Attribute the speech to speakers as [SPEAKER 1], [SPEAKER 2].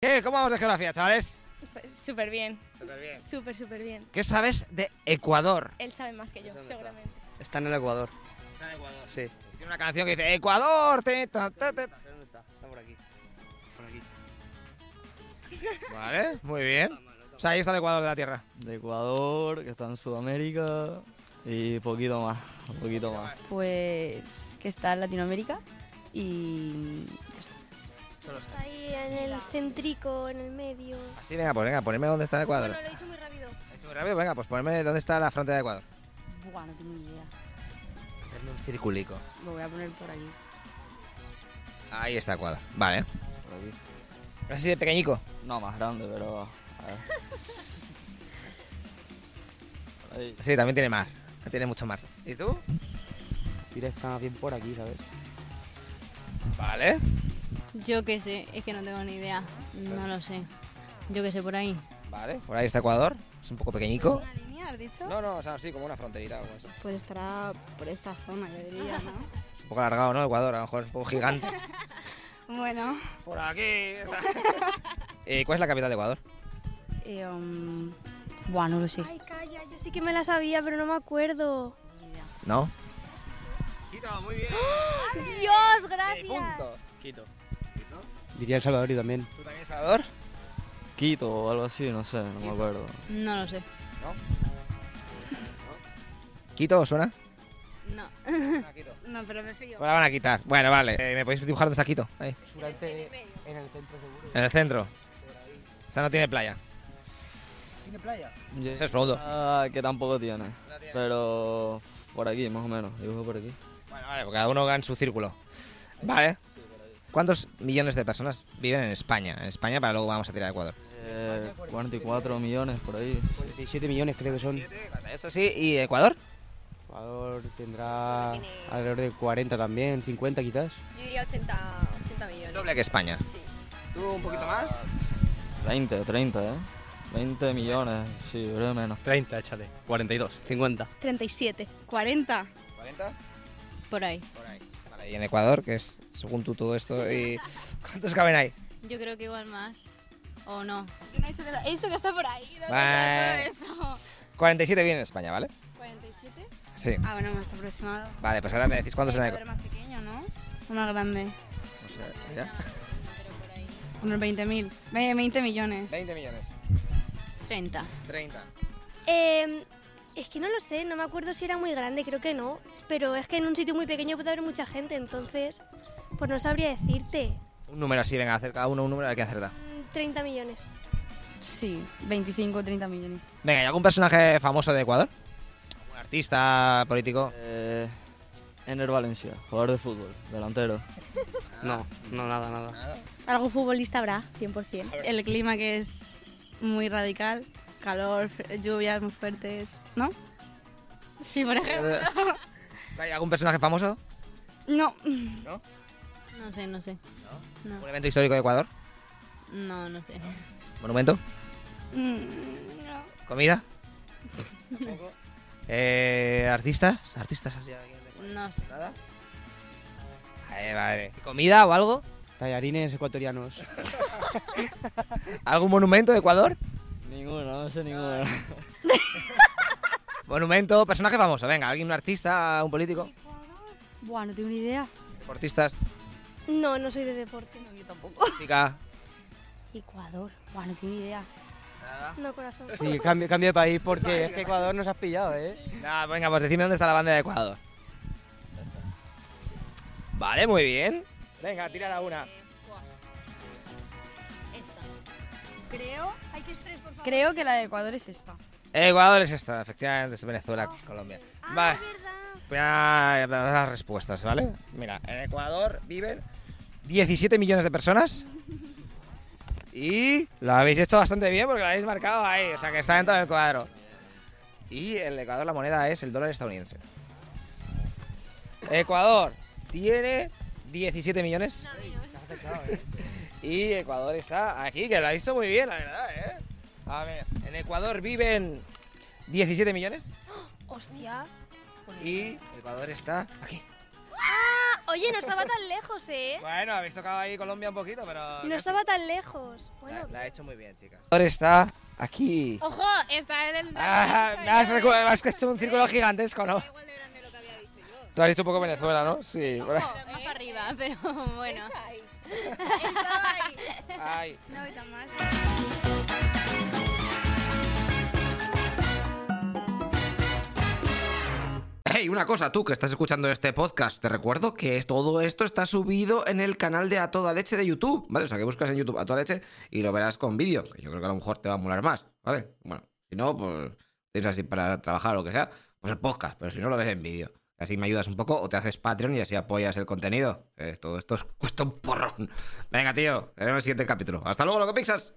[SPEAKER 1] Eh, ¿Cómo vamos de geografía, chavales?
[SPEAKER 2] Súper bien,
[SPEAKER 1] Súper bien.
[SPEAKER 2] súper, súper bien.
[SPEAKER 1] ¿Qué sabes de Ecuador?
[SPEAKER 2] Él sabe más que yo,
[SPEAKER 3] Eso no está.
[SPEAKER 2] seguramente.
[SPEAKER 3] Está en el Ecuador,
[SPEAKER 1] Está en Ecuador.
[SPEAKER 3] sí.
[SPEAKER 1] Tiene una canción que dice Ecuador. te, ta, ta, ta".
[SPEAKER 3] ¿Dónde está? Está por aquí. Por aquí.
[SPEAKER 1] Vale, muy bien. O sea, ahí está el Ecuador de la Tierra.
[SPEAKER 4] de Ecuador, que está en Sudamérica y poquito más, poquito más.
[SPEAKER 5] Pues que está en Latinoamérica y
[SPEAKER 6] Ahí en el centrico, en el medio.
[SPEAKER 1] Así, venga, pues venga, poneme dónde está el Ecuador.
[SPEAKER 6] lo he dicho muy rápido.
[SPEAKER 1] Es muy rápido, venga, pues ponme dónde está la frontera de Ecuador.
[SPEAKER 5] Buah, no tengo ni idea.
[SPEAKER 1] Hacerle un circulico.
[SPEAKER 5] Lo voy a poner por aquí.
[SPEAKER 1] Ahí está Ecuador. Vale.
[SPEAKER 4] Por aquí.
[SPEAKER 1] Así de pequeñico.
[SPEAKER 4] No, más grande, pero... A ver. Por ahí.
[SPEAKER 1] Sí, también tiene mar. Tiene mucho mar. ¿Y tú?
[SPEAKER 3] Mira, está bien por aquí, ¿sabes?
[SPEAKER 1] Vale.
[SPEAKER 7] Yo qué sé, es que no tengo ni idea. No lo sé. Yo qué sé por ahí.
[SPEAKER 1] Vale, por ahí está Ecuador. Es un poco pequeñico.
[SPEAKER 7] ¿Una línea has dicho?
[SPEAKER 1] No, no, o sea, sí, como una fronterita o algo así.
[SPEAKER 5] Pues estará por esta zona, yo diría, ¿no?
[SPEAKER 1] Es un poco alargado, ¿no? Ecuador, a lo mejor es un poco gigante.
[SPEAKER 5] bueno.
[SPEAKER 1] Por aquí. Eh, ¿Cuál es la capital de Ecuador?
[SPEAKER 5] Eh, um, buah, no lo sé.
[SPEAKER 6] Ay, calla, yo sí que me la sabía, pero no me acuerdo.
[SPEAKER 1] No. Quito, muy bien.
[SPEAKER 6] Dios, gracias.
[SPEAKER 1] punto.
[SPEAKER 3] Quito. Diría El Salvador y también.
[SPEAKER 1] ¿Tú también, Salvador?
[SPEAKER 4] Quito o algo así, no sé, no me acuerdo.
[SPEAKER 7] No lo sé.
[SPEAKER 1] ¿Quito os suena?
[SPEAKER 7] No. No, pero me fío.
[SPEAKER 1] Pues la van a quitar. Bueno, vale. Eh, ¿Me podéis dibujar dónde está Quito? Ahí.
[SPEAKER 3] Durante, en el centro seguro.
[SPEAKER 1] En el centro. O sea, no tiene playa.
[SPEAKER 3] ¿Tiene playa?
[SPEAKER 4] Yo-
[SPEAKER 1] Eso es pregunto.
[SPEAKER 4] Ah, que tampoco tiene, pero por aquí, más o menos, dibujo por aquí.
[SPEAKER 1] Bueno, vale, porque cada uno va en su círculo. Vale. ¿Cuántos millones de personas viven en España? En España, para luego vamos a tirar a Ecuador.
[SPEAKER 4] Eh, 44 millones por ahí.
[SPEAKER 3] 47 millones creo que son.
[SPEAKER 1] Eso sí, ¿y Ecuador?
[SPEAKER 3] Ecuador tendrá alrededor de 40 también, 50 quizás.
[SPEAKER 8] Yo diría 80, 80 millones.
[SPEAKER 1] El doble que España. Ah, ¿Tú un poquito más?
[SPEAKER 4] 20, 30, ¿eh? 20 millones, sí, yo creo que menos.
[SPEAKER 9] 30, échale. 42.
[SPEAKER 3] 50.
[SPEAKER 2] 37.
[SPEAKER 5] 40.
[SPEAKER 1] ¿40?
[SPEAKER 7] Por ahí.
[SPEAKER 1] Por ahí. Vale, y en Ecuador, que es según tú todo esto, y... ¿cuántos caben ahí?
[SPEAKER 7] Yo creo que igual más. O no.
[SPEAKER 8] Yo no he dicho que, he dicho que está por ahí. No
[SPEAKER 1] Bah.
[SPEAKER 8] me acuerdo de eso.
[SPEAKER 1] 47 viven en España, ¿vale?
[SPEAKER 8] 47.
[SPEAKER 1] Sí.
[SPEAKER 5] Ah, bueno, más aproximado.
[SPEAKER 1] Vale, pues ahora me decís cuántos en
[SPEAKER 5] Debe
[SPEAKER 1] Ecuador.
[SPEAKER 5] haber más pequeño, ¿no? Uno grande.
[SPEAKER 1] No sé, eh, ¿ya?
[SPEAKER 7] Pero por ahí.
[SPEAKER 5] Unos 20.000. Ve- 20 millones.
[SPEAKER 1] 20 millones.
[SPEAKER 7] 30.
[SPEAKER 1] 30.
[SPEAKER 6] Eh, es que no lo sé, no me acuerdo si era muy grande, creo que no. Pero es que en un sitio muy pequeño puede haber mucha gente, entonces, pues no sabría decirte.
[SPEAKER 1] Un número así, venga, hacer cada uno un número, hay que acertar.
[SPEAKER 6] Mm, 30 millones.
[SPEAKER 5] Sí, 25 30 millones.
[SPEAKER 1] Venga, ¿y algún personaje famoso de Ecuador? ¿Algún artista, político?
[SPEAKER 4] Eh, Ener Valencia, jugador de fútbol, delantero.
[SPEAKER 3] No, no, nada, nada.
[SPEAKER 2] Algo futbolista habrá, 100%.
[SPEAKER 5] El clima que es muy radical, calor, fre- lluvias muy fuertes, ¿no?
[SPEAKER 7] Sí, por ejemplo.
[SPEAKER 1] Eh, ¿Hay algún personaje famoso?
[SPEAKER 5] No.
[SPEAKER 7] No sé, no sé. No.
[SPEAKER 1] ¿Un evento histórico de Ecuador?
[SPEAKER 7] No, no sé.
[SPEAKER 1] ¿Monumento?
[SPEAKER 5] Mm, no.
[SPEAKER 1] ¿Comida? Eh, ¿Artistas? ¿Artistas así? de aquí de Ecuador?
[SPEAKER 7] No sé.
[SPEAKER 1] ¿Nada? Vale, vale. ¿Comida o algo?
[SPEAKER 3] Tallarines ecuatorianos.
[SPEAKER 1] ¿Algún monumento de Ecuador?
[SPEAKER 4] Ninguno, no sé ninguno.
[SPEAKER 1] Monumento, personaje famoso, venga, alguien, un artista, un político,
[SPEAKER 5] Buah, no tengo ni idea.
[SPEAKER 1] deportistas,
[SPEAKER 6] No, no soy de deporte.
[SPEAKER 5] yo tampoco.
[SPEAKER 1] música.
[SPEAKER 5] Ecuador. Buah, no tengo ni idea.
[SPEAKER 1] Nada.
[SPEAKER 6] No, corazón.
[SPEAKER 3] Sí, cambio, cambio de país porque es que Ecuador nos has pillado, ¿eh?
[SPEAKER 1] Nada, venga, pues decime dónde está la bandera de Ecuador. Vale, muy bien. Venga, tirar a una.
[SPEAKER 5] Creo. Hay que estrés, por favor. Creo que la de Ecuador es esta.
[SPEAKER 1] Ecuador es esta, efectivamente, es Venezuela, Colombia.
[SPEAKER 6] Ah,
[SPEAKER 1] Vale,
[SPEAKER 6] verdad.
[SPEAKER 1] voy a voy a dar las respuestas, ¿vale? Mira, en Ecuador viven 17 millones de personas. Y lo habéis hecho bastante bien porque lo habéis marcado ahí, o sea que está dentro del cuadro. Y en Ecuador la moneda es el dólar estadounidense. Ecuador tiene 17 millones. Y Ecuador está aquí, que lo ha visto muy bien, la verdad, ¿eh? A ver, en Ecuador viven 17 millones
[SPEAKER 6] Hostia.
[SPEAKER 1] y Ecuador está aquí.
[SPEAKER 6] Ah, Oye, no estaba tan lejos, ¿eh?
[SPEAKER 1] Bueno, habéis tocado ahí Colombia un poquito, pero.
[SPEAKER 6] No estaba tan lejos. Bueno,
[SPEAKER 1] La, la he hecho muy bien, chicas. Ahora está aquí.
[SPEAKER 8] Ojo, está en el.
[SPEAKER 1] Ah, me has, recu- me has hecho un círculo gigantesco, ¿no?
[SPEAKER 8] Igual de grande lo que había dicho yo.
[SPEAKER 1] Tú has dicho un poco Venezuela, ¿no? Sí. por ahí.
[SPEAKER 7] Más para arriba, pero bueno.
[SPEAKER 1] Ay. Hey, una cosa, tú que estás escuchando este podcast, te recuerdo que todo esto está subido en el canal de A Toda Leche de YouTube, ¿vale? O sea, que buscas en YouTube A Toda Leche y lo verás con vídeo, que yo creo que a lo mejor te va a molar más, ¿vale? Bueno, si no, pues tienes así para trabajar o lo que sea, pues el podcast, pero si no lo ves en vídeo. Así me ayudas un poco o te haces Patreon y así apoyas el contenido. Eh, todo esto os cuesta un porrón. Venga, tío, te vemos en el siguiente capítulo. Hasta luego, loco Pixas.